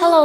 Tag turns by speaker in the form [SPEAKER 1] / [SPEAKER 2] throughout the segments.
[SPEAKER 1] Hello，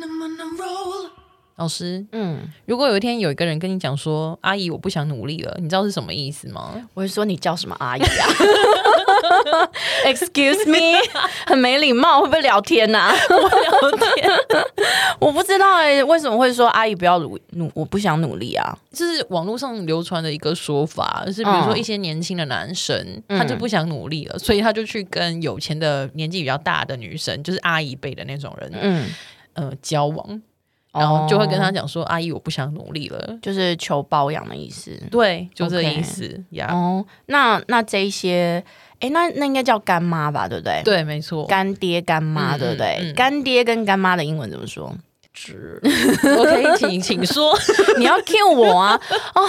[SPEAKER 2] roll.
[SPEAKER 3] 老师，
[SPEAKER 1] 嗯，
[SPEAKER 3] 如果有一天有一个人跟你讲说：“阿姨，我不想努力了”，你知道是什么意思吗？
[SPEAKER 1] 我是说你叫什么阿姨啊？Excuse me，很没礼貌，会不会聊天呐、啊？我不知道哎、为什么会说阿姨不要努努，我不想努力啊？
[SPEAKER 3] 就是网络上流传的一个说法，就是比如说
[SPEAKER 1] 嗯
[SPEAKER 3] 一些年轻的男生，他就不想努力了，所以他就去跟有钱的、年纪比较大的女生，就是阿姨辈的那种人，
[SPEAKER 1] 嗯，
[SPEAKER 3] 呃，交往，然后就会跟他
[SPEAKER 1] 哦
[SPEAKER 3] 讲说：“阿姨，我不想努力了。
[SPEAKER 1] 就是求包养的意思。”
[SPEAKER 3] 对，就这个
[SPEAKER 1] OK
[SPEAKER 3] 意思呀。
[SPEAKER 1] 哦，那那这一些，哎、那那应该叫干妈吧，对不对？，
[SPEAKER 3] 对，没错。
[SPEAKER 1] 干爹干妈，
[SPEAKER 3] 嗯
[SPEAKER 1] 对不对？
[SPEAKER 3] 嗯嗯
[SPEAKER 1] 干爹跟干妈的英文怎么说？
[SPEAKER 3] 我可以请请说。
[SPEAKER 1] 你要 cue 我啊！哦，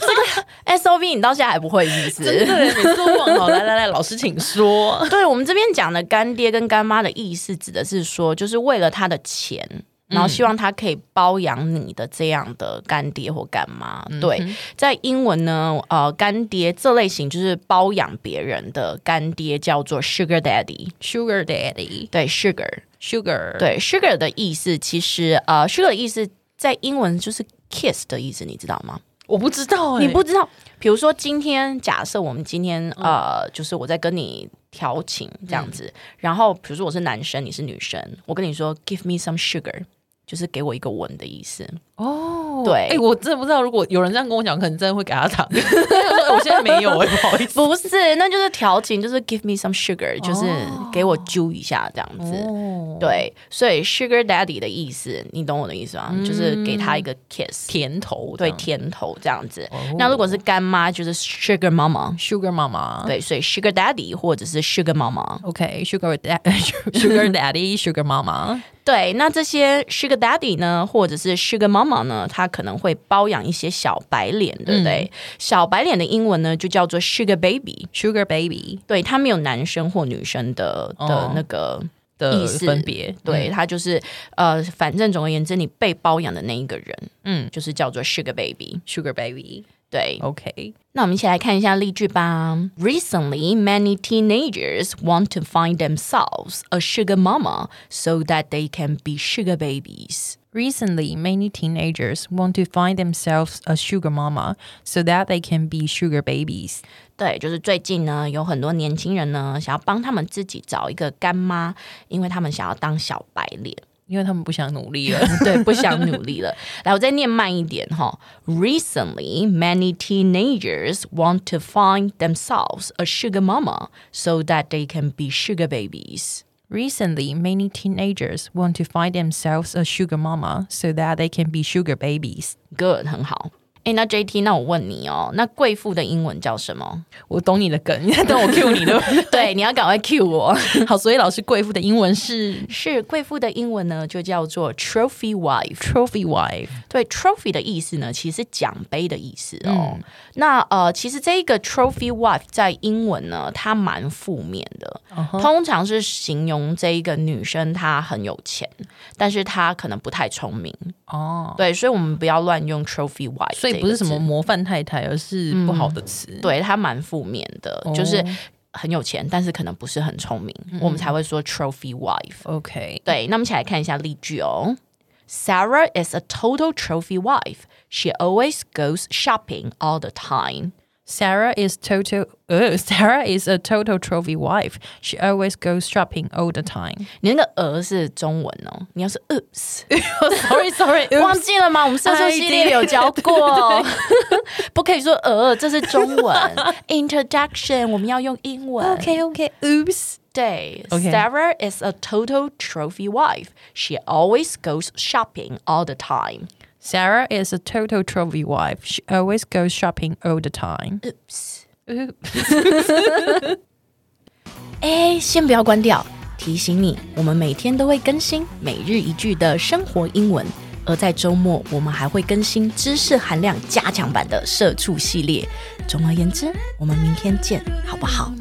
[SPEAKER 1] 这个 SOP 你到现在还不会，是不
[SPEAKER 3] 真的
[SPEAKER 1] 是？
[SPEAKER 3] 每次都忘了。来来来，老师请说。
[SPEAKER 1] 对我们这边讲的干爹跟干妈的意思，指的是说，就是为了他的钱，然后希望他可以包养你的这样的干爹或干妈。对，在英文呢，呃，干爹这类型就是包养别人的干爹叫做 sugar daddy，
[SPEAKER 3] Sugar Daddy
[SPEAKER 1] 对 sugar，
[SPEAKER 3] Sugar
[SPEAKER 1] 对 sugar 的意思，其实呃，sugar 的意思在英文就是 kiss 的意思，你知道吗？
[SPEAKER 3] 我不知道、欸，
[SPEAKER 1] 你不知道，比如说今天假设我们今天、呃，就是我在跟你调情这样子，然后比如说我是男生，你是女生，我跟你说 give me some sugar，就是给我一个吻的意思。
[SPEAKER 3] 哦
[SPEAKER 1] 对
[SPEAKER 3] 哎、我真的不知道。如果有人这样跟我讲，可能真的会给他糖。 因为我现在没有、欸，不好意思。
[SPEAKER 1] 不是，那就是调情，就是 give me some sugar，就是给我揪一下这样子。
[SPEAKER 3] 哦，
[SPEAKER 1] 对，所以 sugar daddy 的意思，你懂我的意思吗？就是给他一个 kiss，
[SPEAKER 3] 甜头
[SPEAKER 1] 对，甜头这样子。那如果是干妈，就是 sugar 妈妈。
[SPEAKER 3] Sugar 妈妈。
[SPEAKER 1] 对，所以 sugar daddy 或者是 sugar 妈妈。
[SPEAKER 3] OK，Sugar Dad，Sugar Daddy，Sugar 妈妈。
[SPEAKER 1] 对，那这些 sugar daddy 呢，或者是 sugar mama 呢，他可能会包养一些小白脸，对不
[SPEAKER 3] 嗯
[SPEAKER 1] 对？小白脸的英文呢，就叫做 sugar baby。
[SPEAKER 3] Sugar Baby
[SPEAKER 1] 对，他没有男生或女生的的
[SPEAKER 3] 哦
[SPEAKER 1] 那个，
[SPEAKER 3] 的
[SPEAKER 1] 意思
[SPEAKER 3] 分别，嗯
[SPEAKER 1] 对他就是呃，反正总而言之，你被包养的那一个人，
[SPEAKER 3] 嗯
[SPEAKER 1] 就是叫做 sugar baby。
[SPEAKER 3] ，Sugar Baby。
[SPEAKER 1] 对，
[SPEAKER 3] OK，
[SPEAKER 1] 那我们一起来看一下例句吧。Recently, many teenagers want to find themselves a sugar mama so that they can be sugar babies.
[SPEAKER 3] Recently, many teenagers want to find themselves a sugar mama so that they can be sugar babies.
[SPEAKER 1] 对，就是最近呢，有很多年轻人呢，想要帮他们自己找一个干妈，因为他们想要当小白脸，
[SPEAKER 3] 因为他们不想努力了。
[SPEAKER 1] 对，不想努力了。来，我再念慢一点哈。Recently, many teenagers want to find themselves a sugar mama so that they can be sugar babies.
[SPEAKER 3] Recently, many teenagers want to find themselves a sugar mama so that they can be sugar babies.
[SPEAKER 1] Good，很好。诶，那 JT，那我问你哦，那贵妇的英文叫什么？
[SPEAKER 3] 我懂你的梗， 你在等我 cue 你的。
[SPEAKER 1] 对，你要赶快 cue 我。
[SPEAKER 3] 好，所以老师贵妇的英文是
[SPEAKER 1] 是贵妇的英文呢，就叫做 trophy wife。
[SPEAKER 3] trophy wife。
[SPEAKER 1] 对，trophy 的意思呢，其实是奖杯的意思哦。
[SPEAKER 3] 嗯
[SPEAKER 1] 那呃，其实这一个 trophy wife 在英文呢，它蛮负面的
[SPEAKER 3] 嗯
[SPEAKER 1] 通常是形容这一个女生她很有钱，但是她可能不太聪明。
[SPEAKER 3] 哦，
[SPEAKER 1] 对，所以我们不要乱用 trophy wife，
[SPEAKER 3] 所以不是什么。模范太太，而是不好的词。
[SPEAKER 1] 对，它蛮负面的，就是很有钱，但是可能不是很聪明，我们才会说 trophy wife。
[SPEAKER 3] OK，
[SPEAKER 1] 对，那我们一起来看一下例句哦。Sarah is a total trophy wife. She always goes shopping all the time.
[SPEAKER 3] Sarah is total. 呃 Sarah is a total trophy wife. She always goes shopping all the time.
[SPEAKER 1] 你那个“呃”是中文哦，你要是 “oops”，
[SPEAKER 3] Oh, sorry, sorry.
[SPEAKER 1] 忘记了吗？我们上周系列有教过，不可以说“呃”，这是中文。Introduction 我们要用英文。
[SPEAKER 3] Okay, okay. Oops.
[SPEAKER 1] 对
[SPEAKER 3] OK
[SPEAKER 1] Sarah is a total trophy wife. She always goes shopping all the time.
[SPEAKER 3] Sarah is a total trophy wife. She always goes shopping all the time.
[SPEAKER 1] Oops.
[SPEAKER 3] Uh, Oops.
[SPEAKER 1] 哎，先不要关掉，提醒你，我们每天都会更新每日一句的生活英文，而在周末，我们还会更新知识含量加强版的社畜系列。总而言之，我们明天见，好不好？